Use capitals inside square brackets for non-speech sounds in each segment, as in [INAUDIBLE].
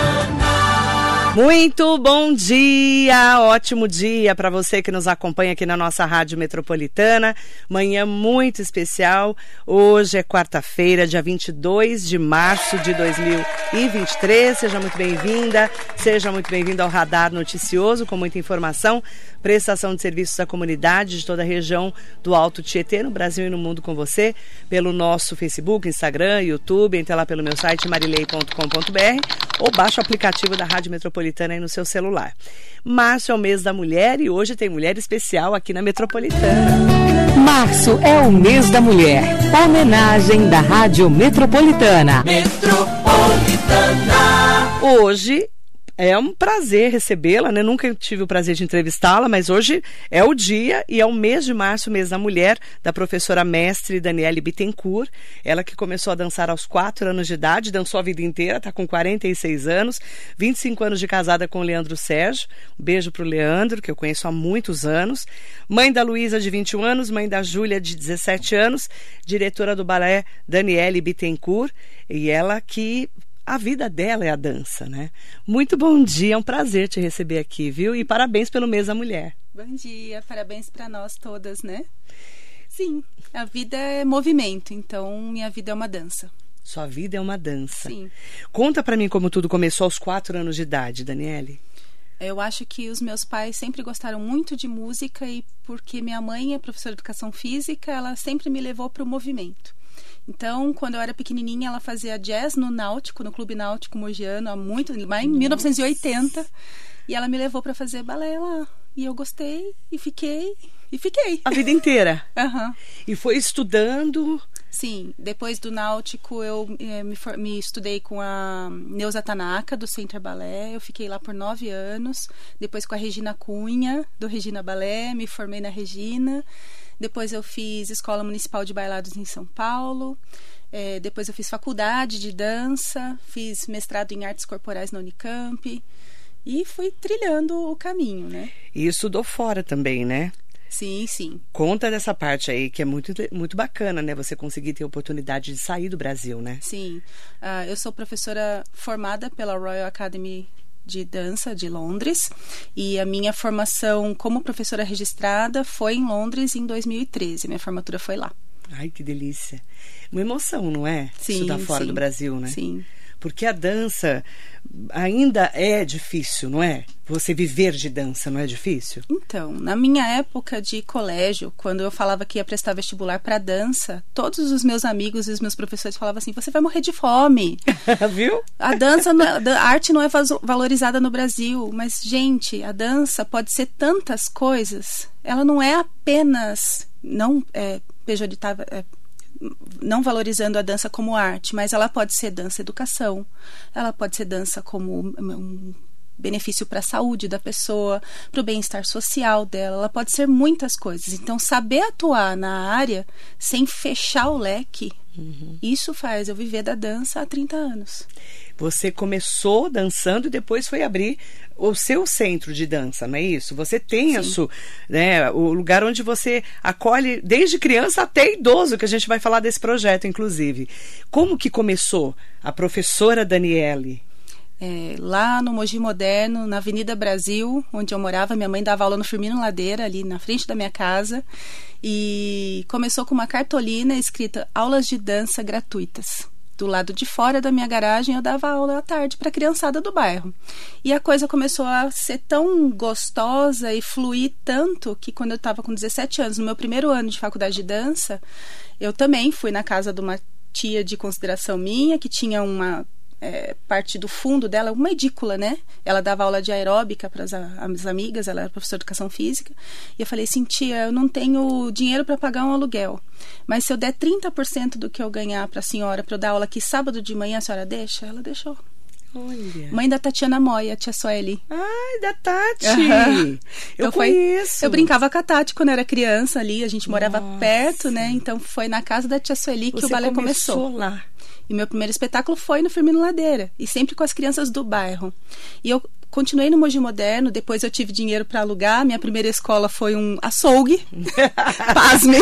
Metropolitana. Muito bom dia, ótimo dia para você que nos acompanha aqui na nossa Rádio Metropolitana. Manhã muito especial. Hoje é quarta-feira, dia 22 de março de 2023. Seja muito bem-vinda, seja muito bem-vindo ao Radar Noticioso com muita informação, prestação de serviços à comunidade de toda a região do Alto Tietê, no Brasil e no mundo com você, pelo nosso Facebook, Instagram, YouTube, entra lá pelo meu site marilei.com.br ou baixa o aplicativo da Rádio Metropolitana aí no seu celular. Março é o mês da mulher e hoje tem mulher especial aqui na Metropolitana. Março é o mês da mulher. Homenagem da Rádio Metropolitana. Metropolitana. Hoje é um prazer recebê-la, né? Nunca tive o prazer de entrevistá-la, mas hoje é o dia e é o mês de março, mês da mulher, da professora mestre Daniele Bittencourt. Ela que começou a dançar aos 4 anos de idade, dançou a vida inteira, está com 46 anos, 25 anos de casada com o Leandro Sérgio. Um beijo para o Leandro, que eu conheço há muitos anos. Mãe da Luísa, de 21 anos, mãe da Júlia, de 17 anos, diretora do balé Daniele Bittencourt. E ela que a vida dela é a dança, né? Muito bom dia, é um prazer te receber aqui, viu? E parabéns pelo mês da mulher. Bom dia, parabéns para nós todas, né? Sim, a vida é movimento, então minha vida é uma dança. Sua vida é uma dança. Sim. Conta para mim como tudo começou aos quatro anos de idade, Daniele. Eu acho que os meus pais sempre gostaram muito de música e porque minha mãe é professora de educação física, ela sempre me levou para o movimento. Então, quando eu era pequenininha, ela fazia jazz no Náutico, no Clube Náutico Mogiano, há muito, lá em Nossa. 1980. E ela me levou para fazer balé lá. E eu gostei e fiquei e fiquei. A vida inteira. uhum. E foi estudando. Sim, depois do Náutico eu eh, me, for, me, estudei com a Neuza Tanaka, do Center Balé. Eu fiquei lá por nove anos. Depois com a Regina Cunha, do Regina Balé. Me formei na Regina. Depois eu fiz Escola Municipal de Bailados em São Paulo. É, depois eu fiz faculdade de dança. Fiz mestrado em artes corporais na Unicamp. E fui trilhando o caminho, né? E estudou fora também, né? Sim, sim. Conta dessa parte aí, que é muito, muito bacana, né? Você conseguir ter a oportunidade de sair do Brasil, né? Sim. Uh, eu sou professora formada pela Royal Academy de Dança de Londres e a minha formação como professora registrada foi em Londres em 2013. Minha formatura foi lá. Ai, que delícia. Uma emoção, não é? Sim, Estudar fora sim. do Brasil, né? Sim porque a dança ainda é difícil, não é? Você viver de dança não é difícil? Então, na minha época de colégio, quando eu falava que ia prestar vestibular para dança, todos os meus amigos e os meus professores falavam assim: "Você vai morrer de fome". Viu? A dança, a arte não é valorizada no Brasil, mas gente, a dança pode ser tantas coisas. Ela não é apenas não é pejoritável, é, não valorizando a dança como arte, mas ela pode ser dança educação, ela pode ser dança como um benefício para a saúde da pessoa, para o bem-estar social dela, ela pode ser muitas coisas. Então, saber atuar na área sem fechar o leque, uhum. isso faz eu viver da dança há 30 anos. Você começou dançando e depois foi abrir o seu centro de dança, não é isso? Você tem Sim. a sua, né, o lugar onde você acolhe desde criança até idoso, que a gente vai falar desse projeto, inclusive. Como que começou a professora Daniele? É, lá no Mogi Moderno, na Avenida Brasil, onde eu morava, minha mãe dava aula no Firmino Ladeira, ali na frente da minha casa, e começou com uma cartolina escrita aulas de dança gratuitas. Do lado de fora da minha garagem, eu dava aula à tarde para a criançada do bairro. E a coisa começou a ser tão gostosa e fluir tanto que, quando eu estava com 17 anos, no meu primeiro ano de faculdade de dança, eu também fui na casa de uma tia de consideração minha, que tinha uma é, parte do fundo dela, uma edícula, né? Ela dava aula de aeróbica para as amigas, ela era professora de educação física. E eu falei assim, tia, eu não tenho dinheiro para pagar um aluguel, mas se eu der 30% do que eu ganhar para a senhora para eu dar aula aqui sábado de manhã, a senhora deixa? Ela deixou. Olha. Mãe da Tatiana Moia, tia Sueli. Ai, da Tati! Uhum. Eu então conheço. Foi, eu brincava com a Tati quando era criança ali, a gente morava Nossa. perto, né? Então foi na casa da tia Sueli que Você o balé começou. começou lá. E meu primeiro espetáculo foi no Firmino Ladeira, e sempre com as crianças do bairro. E eu continuei no Mogi Moderno, depois eu tive dinheiro para alugar. Minha primeira escola foi um açougue, [LAUGHS] [LAUGHS] pasme,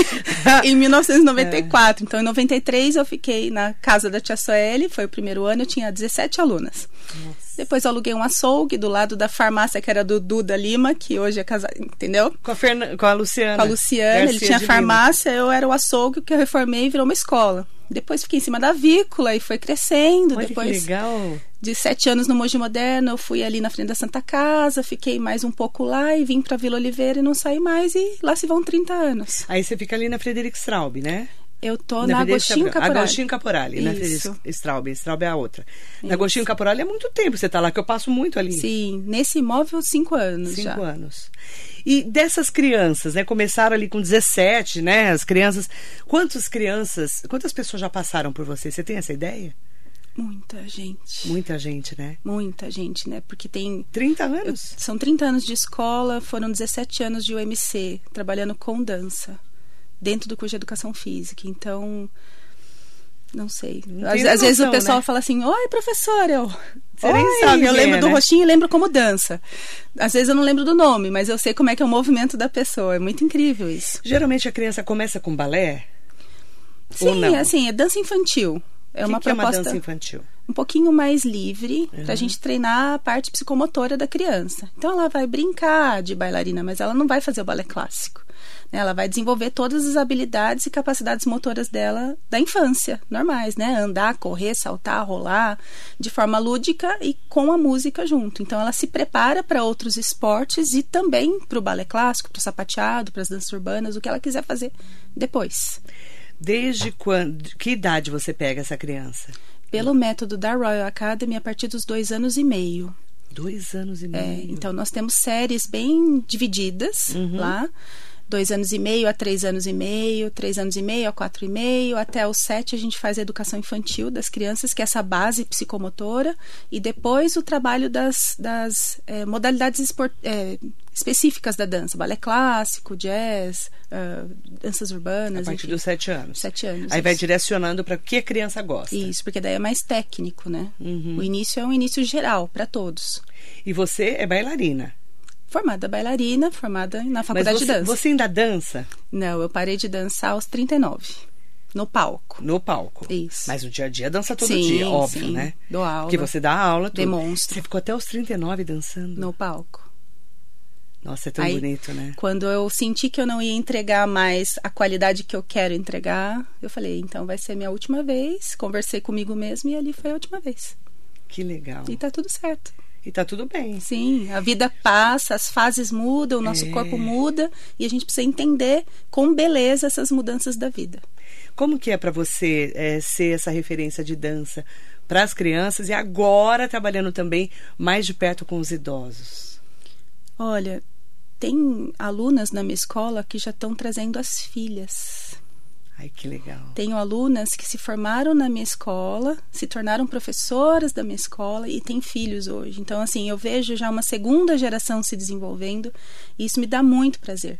em 1994. Então, em 93, eu fiquei na casa da tia Sueli, foi o primeiro ano, eu tinha 17 alunas. Nossa. Depois eu aluguei um açougue do lado da farmácia que era do Duda Lima, que hoje é casado, entendeu? Com a, Fernan- com a Luciana. Com a Luciana, ele Garcia tinha de Lima. farmácia, eu era o açougue que eu reformei e virou uma escola. Depois fiquei em cima da vícola e foi crescendo. Olha depois que legal. de sete anos no Mogi Moderno, eu fui ali na frente da Santa Casa, fiquei mais um pouco lá e vim para Vila Oliveira e não saí mais e lá se vão 30 anos. Aí você fica ali na Frederico Straub, né? Eu tô na, Frederico Agostinho Straub- Caporale. Agostinho Caporale, na Isso. Frederico Straub. Straub é a outra. Na Agostinho Caporale é muito tempo que você tá lá, que eu passo muito ali. Sim, nesse imóvel cinco anos Cinco já. anos. E dessas crianças, né? Começaram ali com 17, né? As crianças. Quantas crianças, quantas pessoas já passaram por você? Você tem essa ideia? Muita gente. Muita gente, né? Muita gente, né? Porque tem 30 Eu- anos? são 30 anos de escola, foram 17 anos de UMC, trabalhando com dança, dentro do curso de educação física. Então, não sei. Não às tem às vezes o noção, pessoal né? fala assim: Oi, professora, eu. Você nem "Oi", sabe eu quem lembro é, do né? rostinho e lembro como dança. Às vezes eu não lembro do nome, mas eu sei como é que é o movimento da pessoa. É muito incrível isso. Geralmente a criança começa com balé. Ou Sim, não? assim, é dança infantil. É O que uma que proposta é uma dança infantil. um pouquinho mais livre pra gente treinar a parte psicomotora da criança. Então ela vai brincar de bailarina, mas ela não vai fazer o balé clássico. né? Ela vai desenvolver todas as habilidades e capacidades motoras dela da infância, normais, né? Andar, correr, saltar, rolar, de forma lúdica e com a música junto. Então ela se prepara para outros esportes e também para o balé clássico, para o sapateado, para as danças urbanas, o que ela quiser fazer depois. Desde quando? Que idade você pega essa criança? Pelo método da Royal Academy, a partir dos dois anos e meio. Dois anos e meio. É, então nós temos séries bem divididas Uhum. lá. Dois anos e meio a três anos e meio, três anos e meio a quatro e meio, até os sete a gente faz a educação infantil das crianças, que é essa base psicomotora, e depois o trabalho das, das eh, modalidades espor- eh, específicas da dança, balé clássico, jazz, ah, danças a urbanas, partir enfim, dos sete anos. sete anos. Aí vai isso. direcionando para o que a criança gosta. Isso, porque daí é mais técnico, né? Uhum. O início é um início geral para todos. E você é bailarina. Formada bailarina, formada na faculdade Mas você, de dança. você ainda dança Não, eu parei de dançar aos 39, no palco. no palco. Isso. Mas no dia a dia dança todo Sim, dia, óbvio, sim. né? Dou aula. Porque você dá aula, tudo. Demonstro. Você ficou até os 39 dançando. No palco. Nossa, é tão Aí- bonito, né? Quando eu senti que eu não ia entregar mais a qualidade que eu quero entregar, eu falei, então vai ser minha última vez. Conversei comigo mesma e ali foi a última vez. Que legal. E tá tudo certo. E tá tudo bem. Sim, a vida passa, as fases mudam, o nosso É. corpo muda e a gente precisa entender com beleza essas mudanças da vida. Como que é para você eh, ser essa referência de dança para as crianças e agora trabalhando também mais de perto com os idosos? Olha, tem alunas na minha escola que já estão trazendo as filhas. Ai, que legal. Tenho alunas que se formaram na minha escola, se tornaram professoras da minha escola e têm filhos hoje. Então, assim, eu vejo já uma segunda geração se desenvolvendo e isso me dá muito prazer.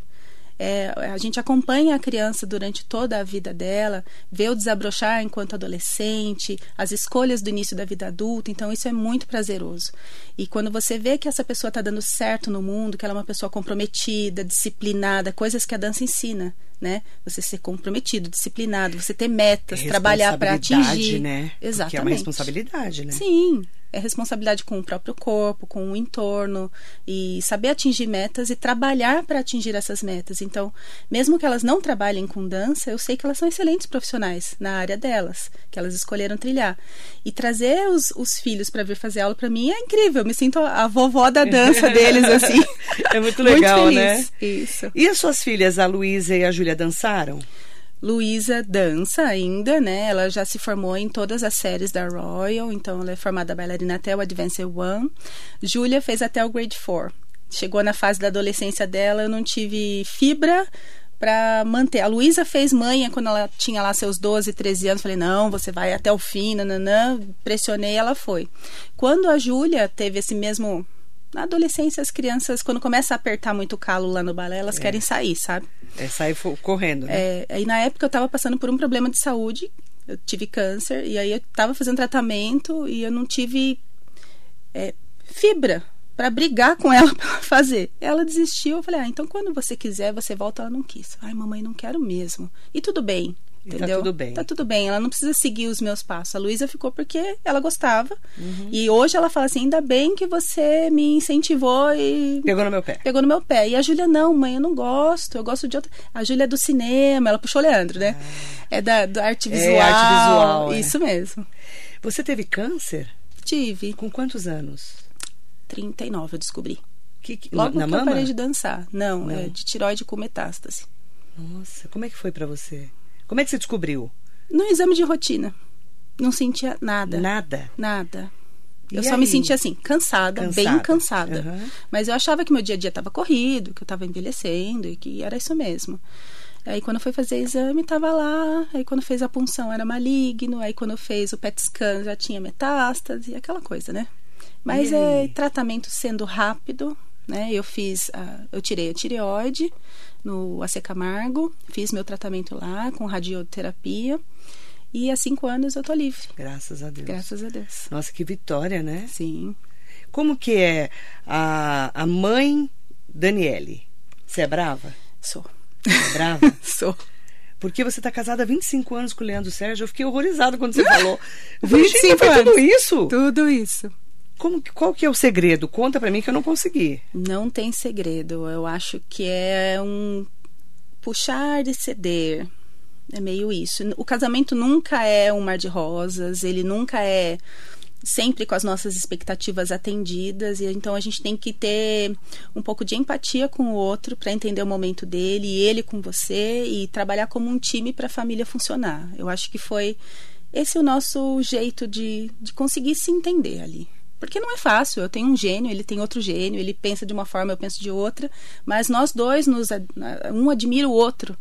É, a gente acompanha a criança durante toda a vida dela, vê o desabrochar enquanto adolescente, as escolhas do início da vida adulta, então isso é muito prazeroso. E quando você vê que essa pessoa está dando certo no mundo, que ela é uma pessoa comprometida, disciplinada, coisas que a dança ensina, né? Você ser comprometido, disciplinado, você ter metas, Então, trabalhar para É Responsabilidade, atingir. né? Porque é uma Exatamente. responsabilidade, né? Sim, é responsabilidade com o próprio corpo, com o entorno e saber atingir metas e trabalhar para atingir essas metas. Então, mesmo que elas não trabalhem com dança, eu sei que elas são excelentes profissionais na área delas, que elas escolheram trilhar. E trazer os, os filhos para vir fazer aula para mim é incrível. Eu me sinto a vovó da [LAUGHS] dança deles assim. É muito legal, feliz. Isso. E as suas filhas, a Luísa e a Júlia, dançaram? Luísa dança ainda, né? Ela já se formou em todas as séries da Royal, então ela é formada bailarina até o Advanced One. Júlia fez até o Grade 4. Chegou na fase da adolescência dela, eu não tive fibra pra manter. A Luísa fez manha quando ela tinha lá seus 12, 13 anos. Falei, não, você vai até o fim, nananã. Pressionei, ela foi. Quando a Júlia teve esse mesmo... Na adolescência, as crianças, quando começa a apertar muito o calo lá no balé, elas querem sair, sabe? É, saí fo- correndo, né? É, aí na época eu tava passando por um problema de saúde, eu tive câncer, e aí eu tava fazendo tratamento e eu não tive é, fibra para brigar com ela [LAUGHS] para fazer. Ela desistiu. Eu falei: "Ah, então quando você quiser, você volta". Ela não quis. "Ai, mamãe, não quero mesmo". E tudo bem. E tá Entendeu? tudo bem. Tá tudo bem. Ela não precisa seguir os meus passos. A Luísa ficou porque ela gostava. Uhum. E hoje ela fala assim: ainda bem que você me incentivou e Pegou no meu pé. pegou no meu pé. E a Júlia, não, mãe, eu não gosto, eu gosto de outra. A Júlia é do cinema, ela puxou o Leandro, né? É da do arte É, visual. arte visual, é. Isso mesmo. Você teve câncer? Tive Com quantos anos? 39, eu descobri. Que, que- Logo na que eu mama? parei de dançar. Não, Não. é de tiroide com metástase. Nossa, como é que foi pra você? Como é que você descobriu? No exame de rotina. Não sentia nada. Nada. Nada. Eu E só me aí? sentia assim, cansada, bem Cansada. cansada. Aham. Mas eu achava que meu dia a dia estava corrido, que eu estava envelhecendo e que era isso mesmo. Aí quando foi fazer exame, estava lá. Aí quando fez a punção, era maligno. Aí quando fez o PET scan, já tinha metástase, aquela coisa, né? Mas E aí? é tratamento sendo rápido, né? Eu fiz, a- eu tirei a tireoide no AC Camargo, fiz meu tratamento lá com radioterapia. E há cinco anos eu tô livre, Graças a Deus. graças a Deus. Nossa, que vitória, né? Sim. Como que é a, a mãe Daniele? Você é brava? Sou. É [LAUGHS] brava? Sou. Porque você tá casada há 25 anos com o Leandro Sérgio. Eu fiquei horrorizada [LAUGHS] quando você falou. Eu falei, 25 "Gente, foi anos. tudo isso? Tudo isso. Como, que- qual que é o segredo? Conta pra mim que eu não consegui. Não tem segredo. Eu acho que é um puxar e ceder. É meio isso. O casamento nunca é um mar de rosas, ele nunca é sempre com as nossas expectativas atendidas e então a gente tem que ter um pouco de empatia com o outro para entender o momento dele e ele com você e trabalhar como um time para a família funcionar. Eu acho que foi esse o nosso jeito de, de conseguir se entender ali. Porque não é fácil, eu tenho um gênio, ele tem outro gênio, ele pensa de uma forma, eu penso de outra, mas nós dois nos ad- um admira o outro,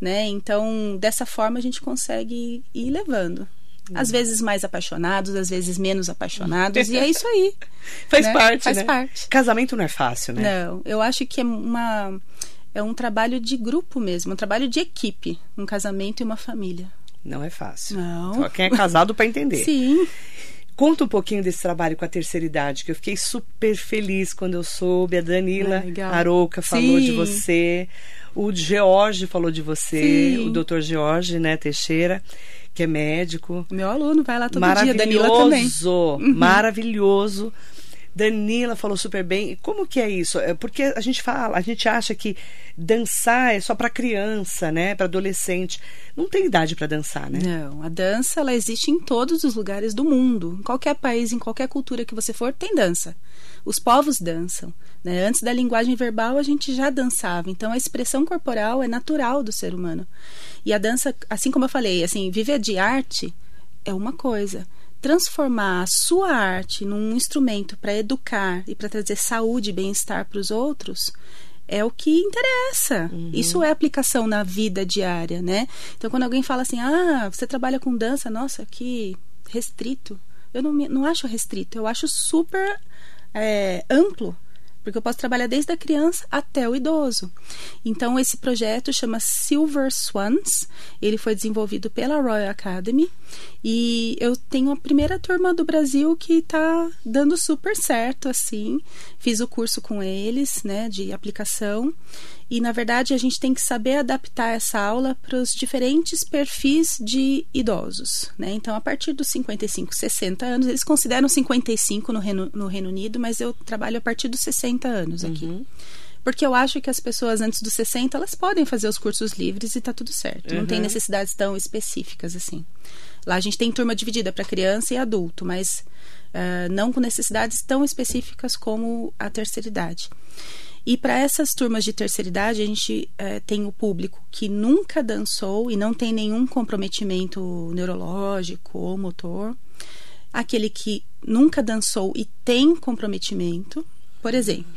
né? Então, dessa forma a gente consegue ir levando. Hum. Às vezes mais apaixonados, às vezes menos apaixonados, e é isso aí. [LAUGHS] Faz né? parte, Faz né? parte. Casamento não é fácil, né? Não, eu acho que é uma é um trabalho de grupo mesmo, um trabalho de equipe, um casamento e uma família. Não é fácil. Não. Só quem é casado pra entender. Sim. Conta um pouquinho desse trabalho com a terceira idade, que eu fiquei super feliz quando eu soube. A Danila Ah, legal. Arouca falou de Sim. você, o George falou de você, Sim. o doutor George, né, Teixeira, que é médico. Meu aluno vai lá Ah, todo dia, maravilhoso, Danila também. Uhum. maravilhoso. Danila falou super bem. E Como que é isso? É Porque a gente fala, a gente acha que dançar é só pra criança, né, Pra adolescente. Não tem idade pra dançar, né? Não, a dança ela existe em todos os lugares do mundo. Em qualquer país, em qualquer cultura que você for, tem dança. Os povos dançam. né? Antes da linguagem verbal, a gente já dançava. Então, a expressão corporal é natural do ser humano. E a dança, assim como eu falei, assim, viver de arte é uma coisa. Transformar a sua arte num instrumento para educar e para trazer saúde e bem-estar para os outros é o que interessa. Isso é aplicação na vida diária, né? Então, quando alguém fala assim, ah, você trabalha com dança, nossa, que restrito. Eu não, me- não acho restrito, eu acho super é, amplo. Porque eu posso trabalhar desde a criança até o idoso. Então, esse projeto chama Silver Swans. Ele foi desenvolvido pela Royal Academy. E eu tenho a primeira turma do Brasil que tá dando super certo, assim. Fiz o curso com eles, né, de aplicação. E, na verdade, a gente tem que saber adaptar essa aula para os diferentes perfis de idosos, né? Então, a partir dos 55, 60 anos, eles consideram 55 no Reino, no Reino Unido, mas eu trabalho a partir dos 60 anos aqui. Porque eu acho que as pessoas antes dos 60, elas podem fazer os cursos livres e tá tudo certo. Não tem necessidades tão específicas assim. Lá a gente tem turma dividida para criança e adulto, mas ah, não com necessidades tão específicas como a terceira idade. E para essas turmas de terceira idade, a gente eh, tem o público que nunca dançou e não tem nenhum comprometimento neurológico ou motor. Aquele que nunca dançou e tem comprometimento. Por exemplo,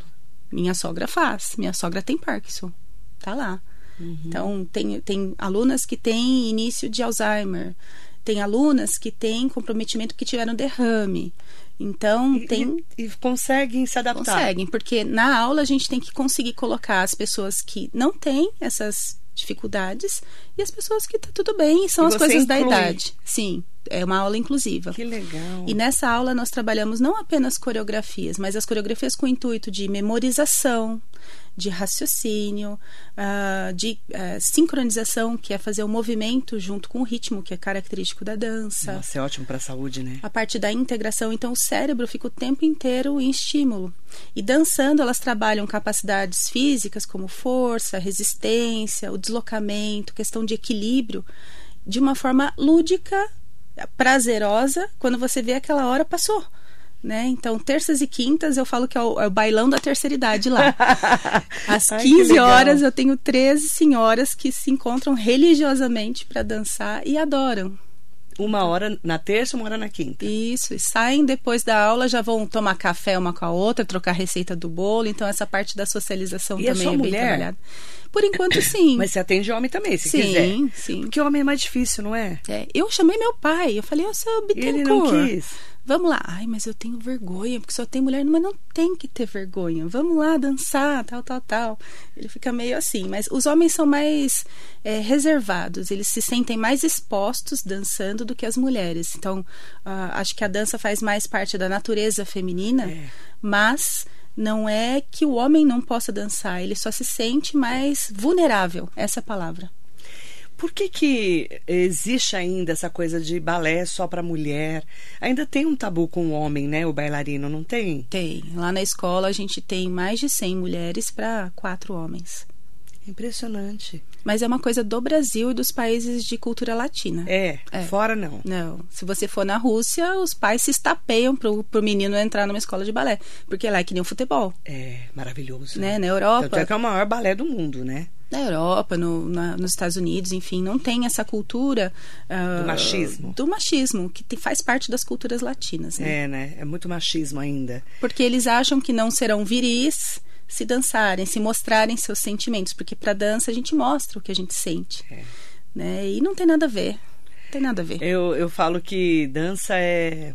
minha sogra faz, minha sogra tem Parkinson, tá lá. Uhum. Então, tem, tem alunas que têm início de Alzheimer, tem alunas que têm comprometimento que tiveram derrame. Então, E- Tá. tem. E, e conseguem se adaptar. Conseguem, porque na aula a gente tem que conseguir colocar as pessoas que não têm essas dificuldades e as pessoas que tá tudo bem e são E as você coisas da inclui. idade. Sim, é uma aula inclusiva. Que legal. E nessa aula nós trabalhamos não apenas coreografias, mas as coreografias com o intuito de memorização, de raciocínio, uh, de uh, sincronização, que é fazer o um movimento junto com o ritmo, que é característico da dança. Nossa, é ótimo para a saúde, né? A parte da integração, então o cérebro fica o tempo inteiro em estímulo. E dançando, elas trabalham capacidades físicas como força, resistência, o deslocamento, questão de equilíbrio, de uma forma lúdica, prazerosa, quando você vê aquela hora passou. Né? Então, terças e quintas eu falo que é o, é o bailão da terceira [LAUGHS] idade lá. [LAUGHS] Às 15 Ai, horas eu tenho 13 senhoras que se encontram religiosamente para dançar e adoram. Uma hora na terça, uma hora na quinta. Isso, e saem depois da aula, já vão tomar café uma com a outra, trocar a receita do bolo, então essa parte da socialização E é também só é bem mulher? trabalhada. Por enquanto, sim. Mas você atende homem também, se sim, quiser. sim. Porque homem é mais difícil, não é? É, eu chamei meu pai, eu falei, eu sou E ele não Bittencourt. quis. Vamos lá. Ai, mas eu tenho vergonha, porque só tem mulher. Mas não tem que ter vergonha. Vamos lá dançar, tal, tal, tal. Ele fica meio assim. Mas os homens são mais é, reservados. Eles se sentem mais expostos dançando do que as mulheres. Então, ah, acho que a dança faz mais parte da natureza feminina. É. Mas não é que o homem não possa dançar. Ele só se sente mais vulnerável. Essa é a palavra. Por que, que existe ainda essa coisa de balé só para mulher? Ainda tem um tabu com o homem, né? O bailarino, não tem? Tem. Lá na escola a gente tem mais de 100 mulheres para quatro homens. É Impressionante. Mas é uma coisa do Brasil e dos países de cultura latina. É, É. fora não. Não. Se você for na Rússia, os pais se estapeiam pro, pro menino entrar numa escola de balé. Porque lá é que nem o futebol. É maravilhoso. Né? Na Tanto é Europa, que é o maior balé do mundo, né? na Europa, no- na- nos Estados Unidos, enfim, não tem essa cultura ah, Do machismo. do machismo, que te- faz parte das culturas latinas. né? É, né? É muito machismo ainda. Porque eles acham que não serão viris se dançarem, se mostrarem seus sentimentos, porque para dança a gente mostra o que a gente sente, É. né? E não tem nada a ver. Não tem nada a ver. Eu, eu falo que dança é.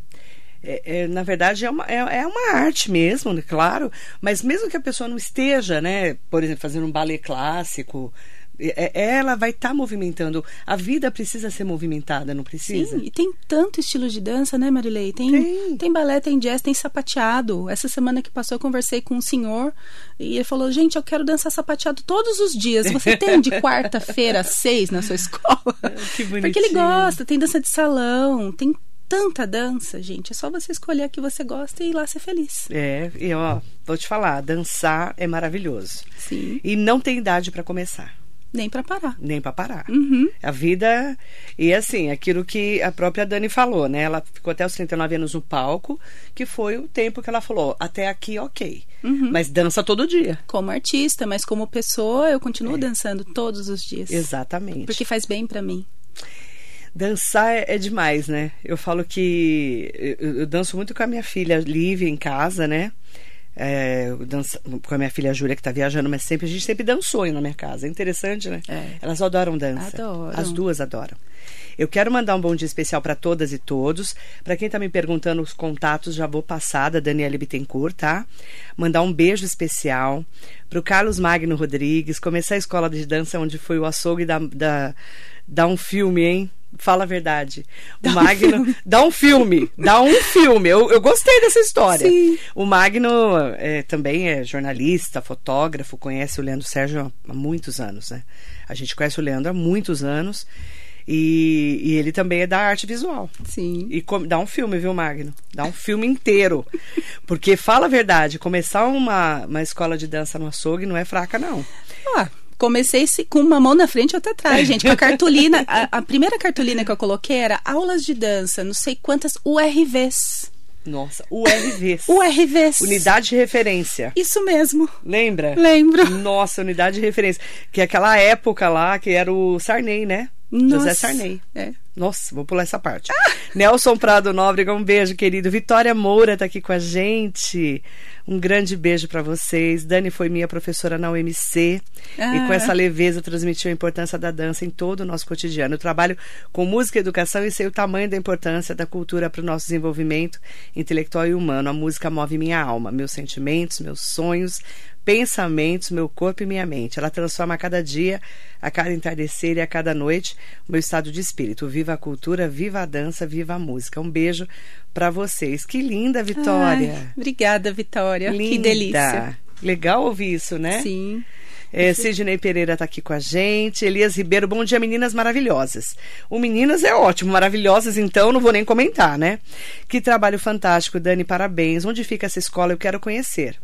é- é, na verdade, é uma, é, é uma arte mesmo, né? claro. Mas mesmo que a pessoa não esteja, né? Por exemplo, fazendo um ballet clássico, é- é- ela vai estar movimentando. A vida precisa ser movimentada, não precisa? Sim, e tem tanto estilo de dança, né, Marilei? Tem, Tem. balé, tem jazz, tem sapateado. Essa semana que passou eu conversei com um senhor e ele falou: "Gente, eu quero dançar sapateado todos os dias. Você [LAUGHS] tem de quarta-feira às seis na sua escola?" que Porque ele bonitinho. gosta, tem dança de salão, tem tanta dança, gente. É só você escolher a que você gosta e ir lá ser feliz. É, e ó, vou te falar, dançar é maravilhoso. Sim. E não tem idade para começar. Nem pra parar. nem para parar. Uhum. A vida. E assim, aquilo que a própria Dani falou, né? Ela ficou até os 39 anos no palco, que foi o tempo que ela falou: até aqui, ok. Uhum. Mas dança todo dia. Como artista, mas como pessoa, eu continuo dançando todos os dias. É. Exatamente. Porque faz bem pra mim. Dançar é, é demais, né? Eu falo que eu, eu danço muito com a minha filha Lívia em casa, né? É, eu danço com a minha filha Júlia que tá viajando, mas sempre a gente sempre dançou aí na minha casa. É interessante, né? É. Elas adoram dança. Adoram. As duas adoram. Eu quero mandar um bom dia especial para todas e todos. Para quem tá me perguntando os contatos, já vou passar da Daniela Bittencourt, tá? Mandar um beijo especial pro Carlos Magno Rodrigues, começar a escola de dança onde foi o açougue da, da, da um filme, hein? Fala a verdade. O Magno. dá um filme. Dá um filme. Eu, eu gostei dessa história. Sim. O Magno é, também é jornalista, fotógrafo, conhece o Leandro Sérgio há muitos anos, né? A gente conhece o Leandro há muitos anos. E, e ele também é da arte visual. Sim. E com- dá um filme, viu, Magno? Dá um filme inteiro. Porque, fala a verdade, começar uma, uma escola de dança no açougue não é fraca, não. Ah, comecei se- com uma mão na frente e outra atrás, gente. [LAUGHS] Com a cartolina. a, a primeira cartolina que eu coloquei era aulas de dança, não sei quantas URVs. Nossa, URV. URVs. Unidade de referência. Isso mesmo. Lembra? Lembro. Nossa, unidade de referência. Que é aquela época lá que era o Sarney, né? José Nossa. Sarney. É. Nossa, vou pular essa parte. Nelson Prado Nóbrega, um beijo, querido. Vitória Moura tá aqui com a gente. Um grande beijo para vocês. Dani foi minha professora na UMC e com Ah. essa leveza transmitiu a importância da dança em todo o nosso cotidiano. Eu trabalho com música e educação e sei o tamanho da importância da cultura para o nosso desenvolvimento intelectual e humano. A música move minha alma, meus sentimentos, meus sonhos, pensamentos, meu corpo e minha mente. Ela transforma a cada dia, a cada entardecer e a cada noite o meu estado de espírito. Viva a cultura, viva a dança, viva a música. Um beijo para vocês. Que linda, Vitória. Ai, obrigada, Vitória. Linda. Que delícia. Legal ouvir isso, né? Sim. É, Sidney Pereira está aqui com a gente. Elias Ribeiro, bom dia, meninas maravilhosas. O Meninas é ótimo, maravilhosas, então não vou nem comentar, né? Que trabalho fantástico, Dani, parabéns. Onde fica essa escola? Eu quero conhecer.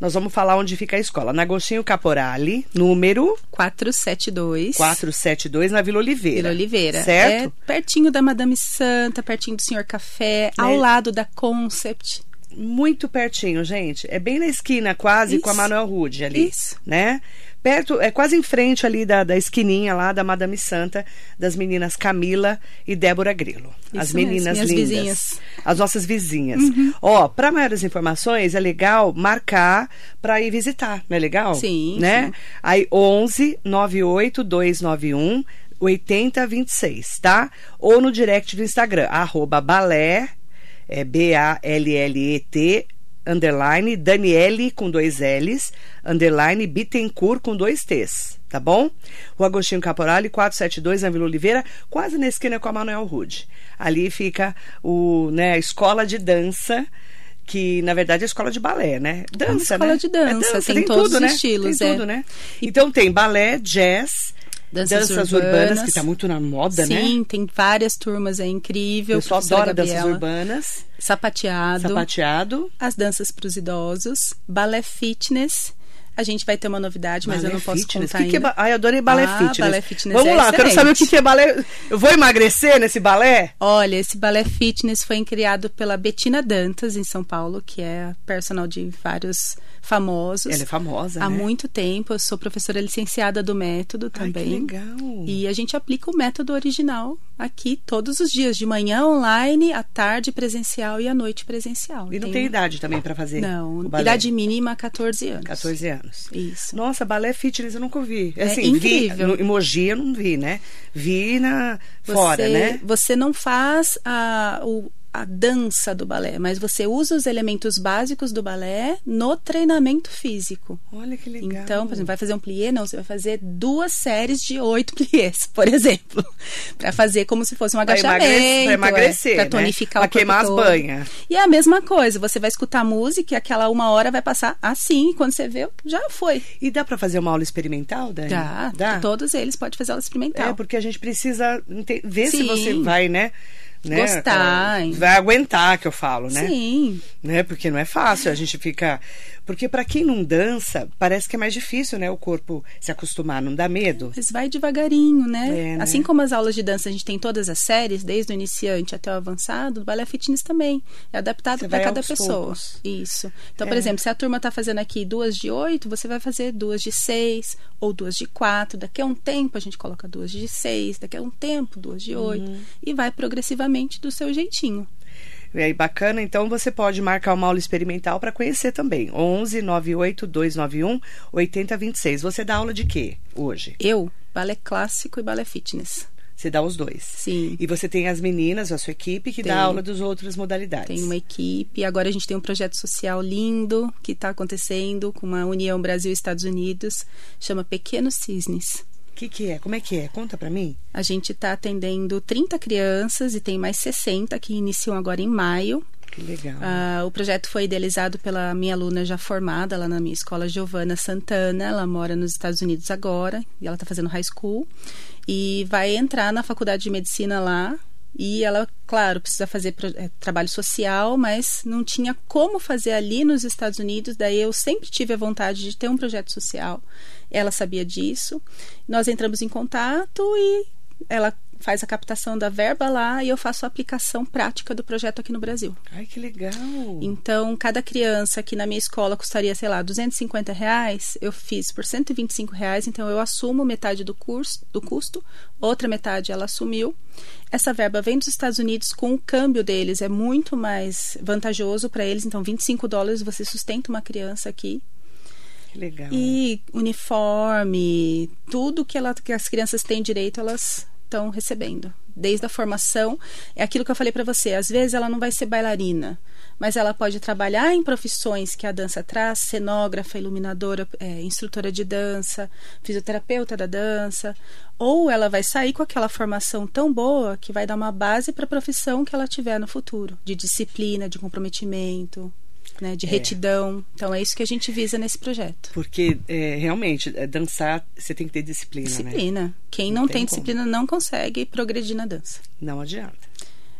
Nós vamos falar onde fica a escola. Na Agostinho Caporale, número 472. 472, na Vila Oliveira. Vila Oliveira. Certo? É pertinho da Madame Santa, pertinho do Senhor Café, é. ao lado da Concept muito pertinho, gente. É bem na esquina, quase, Isso. com a Manuel Rude ali. Isso. Né? Perto, é quase em frente ali da, da esquininha lá da Madame Santa, das meninas Camila e Débora Grilo. Isso as meninas mesmo, lindas. Vizinhas. As nossas vizinhas. Uhum. Ó, para maiores informações, é legal marcar para ir visitar, não é legal? Sim. Né? Sim. Aí 11 98 291 8026, tá? Ou no direct do Instagram, arroba balé é B-A-L-L-E-T, underline, Daniele com dois L's, underline, Bittencourt com dois T's, tá bom? O Agostinho Caporale, 472, na Vila Oliveira, quase na esquina com a Manuel Rude. Ali fica o, né, a escola de dança, que na verdade é escola de balé, né? Dança, é escola né? de dança, é dança tem, tem, todos tudo, os né? estilos, tem é. tudo, né? Então tem balé, jazz, Danças, danças urbanas, urbanas, que está muito na moda, Sim, né? Sim, tem várias turmas, é incrível. Eu só adoro danças urbanas. Sapateado. Sapateado. As danças para os idosos. Balé fitness. A gente vai ter uma novidade, mas balé eu não posso fitness? contar que que é ba... Ai, eu adorei balé ah, fitness. Balé fitness Vamos é lá, excelente. quero saber o que é balé. Eu vou emagrecer nesse balé? Olha, esse balé fitness foi criado pela Betina Dantas, em São Paulo, que é personal de vários famosos. Ela é famosa, Há né? muito tempo. Eu sou professora licenciada do método também. Ai, que legal. E a gente aplica o método original aqui todos os dias, de manhã online, à tarde presencial e à noite presencial. um E não tem, tem idade também para fazer? Não, idade mínima 14 anos. 14 anos. Isso. Nossa, balé fitness eu nunca ouvi. É assim, incrível. Vi, no, em Mogi eu não vi, né? Vi na Você- fora, né? Você não faz a, o, a dança do balé, mas você usa os elementos básicos do balé no treinamento físico. Olha que legal. Então, por exemplo, vai fazer um plié? Não, você vai fazer duas séries de oito [LAUGHS] pliés, por exemplo. [LAUGHS] Pra fazer como se fosse um Pra agachamento. emagrecer, pra emagrecer, é, pra né? tonificar Pra o corpo queimar as todo. banhas. E é a mesma coisa, você vai escutar música e aquela uma hora vai passar assim, e quando você vê, já foi. E dá para fazer uma aula experimental, Dani? Dá, todos eles pode fazer aula experimental. É, porque a gente precisa ente- ver se Sim. você vai, né? né, Gostar, aquela- hein? Vai aguentar, que eu falo, né? Sim. né? Porque não é fácil, a gente fica. Porque para quem não dança, parece que é mais difícil, né? O corpo se acostumar, não dá medo? Mas vai devagarinho, né? É, né? Assim como as aulas de dança, a gente tem todas as séries, desde o iniciante até o avançado, o balé fitness também. É adaptado Você para vai cada aos pessoa. poucos. Isso. Então, por É. exemplo, se a turma está fazendo aqui duas de oito, você vai fazer duas de seis ou duas de quatro. Daqui a um tempo a gente coloca duas de seis, daqui a um tempo duas de oito. Uhum. E vai progressivamente do seu jeitinho. E aí, bacana, então você pode marcar uma aula experimental para conhecer também. 11 98 291 8026. Você dá aula de quê hoje? Eu, balé clássico e balé fitness. Você dá os dois. Sim. E você tem as meninas, a sua equipe, que Tem. dá aula dos outras modalidades. Tem uma equipe. Agora a gente tem um projeto social lindo que está acontecendo com uma união Brasil e Estados Unidos. Chama Pequenos Cisnes. O que, que é? Como é que é? Conta pra mim. A gente está atendendo 30 crianças e tem mais 60 que iniciam agora em maio. Que legal. Ah, o projeto foi idealizado pela minha aluna já formada lá na minha escola, Giovana Santana. Ela mora nos Estados Unidos agora e ela está fazendo high school e vai entrar na faculdade de medicina lá. E ela, claro, precisa fazer pro- eh, trabalho social, mas não tinha como fazer ali nos Estados Unidos. Daí eu sempre tive a vontade de ter um projeto social. Ela sabia disso. Nós entramos em contato e ela faz a captação da verba lá e eu faço a aplicação prática do projeto aqui no Brasil. Ai, que legal. Então, cada criança que na minha escola custaria, sei lá, 250 reais, eu fiz por 125 reais, então eu assumo metade do, curso, do custo, outra metade ela assumiu. Essa verba vem dos Estados Unidos com o câmbio deles, é muito mais vantajoso para eles, então 25 dólares você sustenta uma criança aqui. Que legal. E uniforme, tudo que, ela, que as crianças têm direito, elas estão recebendo. desde a formação. É aquilo que eu falei para você, às vezes ela não vai ser bailarina, mas ela pode trabalhar em profissões que a dança traz, cenógrafa, iluminadora, é, instrutora de dança, fisioterapeuta da dança, ou ela vai sair com aquela formação tão boa que vai dar uma base para a profissão que ela tiver no futuro, de disciplina, de comprometimento. Né, de retidão. É. Então é isso que a gente visa nesse projeto. Porque é, realmente dançar você tem que ter disciplina. Disciplina. Né? Quem não, não tem, tem disciplina não consegue progredir na dança. Não adianta.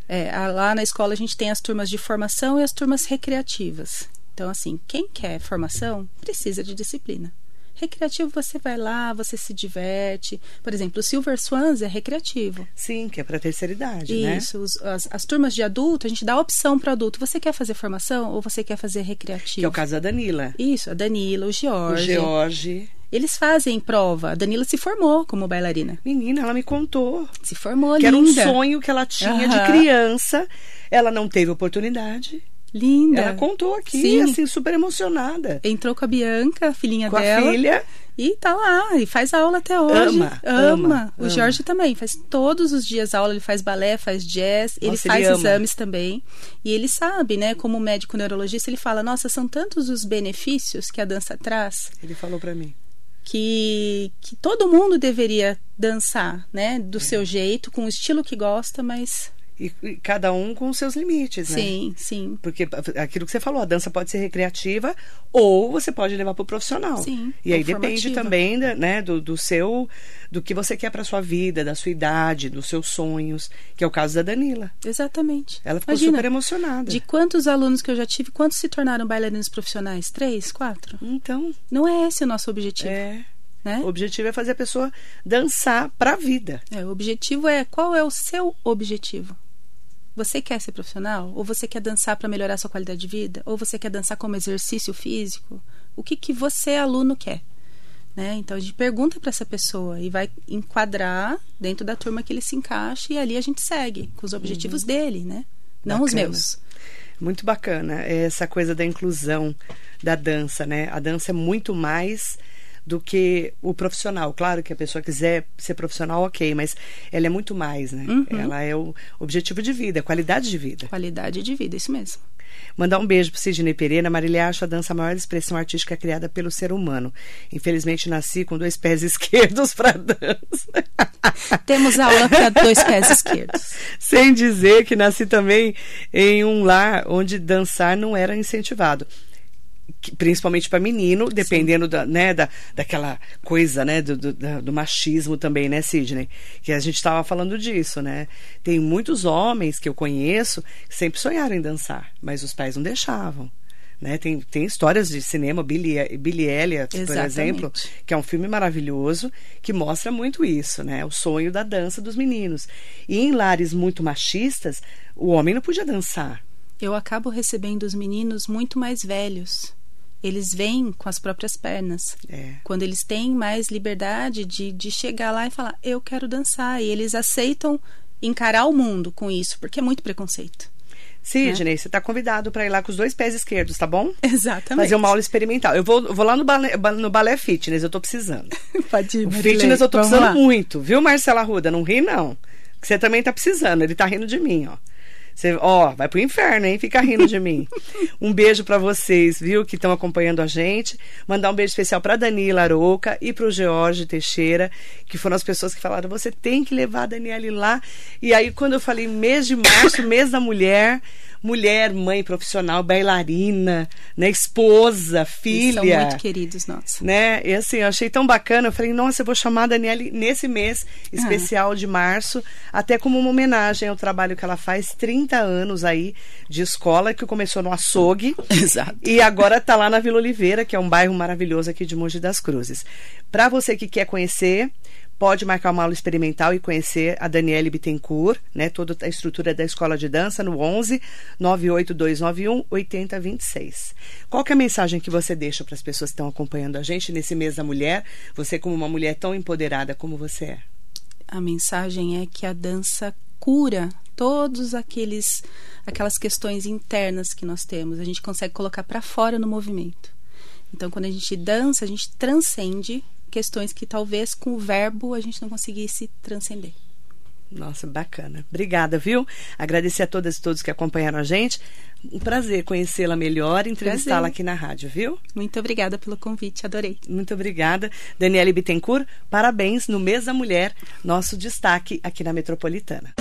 É, lá na escola a gente tem as turmas de formação e as turmas recreativas. Então assim, quem quer formação precisa de disciplina. Recreativo você vai lá, você se diverte. Por exemplo, o Silver Swans é recreativo. Sim, que é para terceira idade, Isso, né? Isso. As, as, turmas de adulto, a gente dá a opção para adulto. Você quer fazer formação ou você quer fazer recreativo? Que é o caso da Danila. Isso, a Danila, o George. O George. Eles fazem prova. A Danila se formou como bailarina. Menina, ela me contou. Se formou, que linda. Que era um sonho que ela tinha uhum. de criança. Ela não teve oportunidade. Linda. Ela contou aqui, Sim. assim, super emocionada. Entrou com a Bianca, a filhinha com É dela. Com a filha. E tá lá, e faz aula até hoje. Ama. Ama. ama o ama. Jorge também faz todos os dias aula, ele faz balé, faz jazz, nossa, ele faz ele exames também. E ele sabe, né, como médico neurologista, ele fala: "Nossa, são tantos os benefícios que a dança traz". Ele falou para mim. Que, que todo mundo deveria dançar, né, do é. seu jeito, com o estilo que gosta, mas e, cada um com seus limites, né? Sim, sim. Porque aquilo que você falou, a dança pode ser recreativa ou você pode levar para o profissional. Sim. E aí depende formativa. também, né, do, do, seu, do que você quer para sua vida, da sua idade, dos seus sonhos, que é o caso da Danila. Exatamente. Ela ficou Imagina, super emocionada. De quantos alunos que eu já tive, quantos se tornaram bailarinos profissionais? Três, quatro? Então. Não é esse o nosso objetivo. É. Né? O objetivo é fazer a pessoa dançar para a vida. É, o objetivo é qual é o seu objetivo? Você quer ser profissional? Ou você quer dançar para melhorar sua qualidade de vida? Ou você quer dançar como exercício físico? O que, que você, aluno, quer? Né? Então a gente pergunta para essa pessoa e vai enquadrar dentro da turma que ele se encaixa e ali a gente segue com os objetivos uhum. dele, né? Não Bacana. os meus. Muito bacana é, essa coisa da inclusão da dança, né? A dança é muito mais do que o profissional. Claro que a pessoa quiser ser profissional, ok, mas ela é muito mais, né? Uhum. Ela é o objetivo de vida, é qualidade de vida. Qualidade de vida, isso mesmo. Mandar um beijo pro Sidney Pereira. Marília acha a dança a maior expressão artística criada pelo ser humano. Infelizmente, nasci com dois pés [LAUGHS] esquerdos para dança. [LAUGHS] Temos aula para dois pés esquerdos. Sem dizer que nasci também em um lar onde dançar não era incentivado principalmente para menino, dependendo Sim. da, né, da, daquela coisa, né, do, do, do machismo também, né, Sidney? Que a gente estava falando disso, né? Tem muitos homens que eu conheço que sempre sonharam em dançar, mas os pais não deixavam. Né? Tem, tem histórias de cinema, Billy, Billy Elliot, Exatamente. por exemplo, que é um filme maravilhoso que mostra muito isso, né? O sonho da dança dos meninos. E em lares muito machistas, o homem não podia dançar. Eu acabo recebendo os meninos muito mais velhos eles vêm com as próprias pernas. É. Quando eles têm mais liberdade de, de chegar lá e falar, eu quero dançar. E eles aceitam encarar o mundo com isso, porque é muito preconceito. Sidney, né? você está convidado para ir lá com os dois pés esquerdos, tá bom? Exatamente. Fazer uma aula experimental. Eu vou, vou lá no balé, no balé fitness, eu estou precisando. [LAUGHS] Pode ir, fitness eu estou precisando lá. muito, viu, Marcela Ruda? Não ri, não. Que você também está precisando, ele está rindo de mim, ó. Você, ó, vai pro inferno, hein? Fica rindo de mim. um beijo para vocês, viu, que estão acompanhando a gente. Mandar um beijo especial para Danila Arouca e pro George Teixeira, que foram as pessoas que falaram: você tem que levar a Daniele lá. E aí, quando eu falei mês de março, mês da mulher, mulher, mãe profissional, bailarina, né, esposa, filha. Eles são muito queridos nossos. Né? E assim, eu achei tão bacana, eu falei, nossa, eu vou chamar a Daniele nesse mês especial ah. de março, até como uma homenagem ao trabalho que ela faz, 30 anos aí de escola, que começou no açougue. Exato. E agora está lá na Vila Oliveira, que é um bairro maravilhoso aqui de Mogi das Cruzes. Para você que quer conhecer, pode marcar uma aula experimental e conhecer a Daniele Bittencourt, né, toda a estrutura da escola de dança no 11 98291 8026. Qual é a mensagem que você deixa para as pessoas que estão acompanhando a gente nesse mês da mulher, você como uma mulher tão empoderada como você é? A mensagem é que a dança cura todos aqueles aquelas questões internas que nós temos, a gente consegue colocar para fora no movimento. Então, quando a gente dança, a gente transcende questões que talvez com o verbo a gente não conseguisse transcender. Nossa, bacana. Obrigada, viu? Agradecer a todas e todos que acompanharam a gente. Um prazer conhecê-la melhor e entrevistá-la Prazer. aqui na rádio, viu? Muito obrigada pelo convite, adorei. Muito obrigada. Daniele Bittencourt, parabéns no Mês da Mulher, nosso destaque aqui na Metropolitana.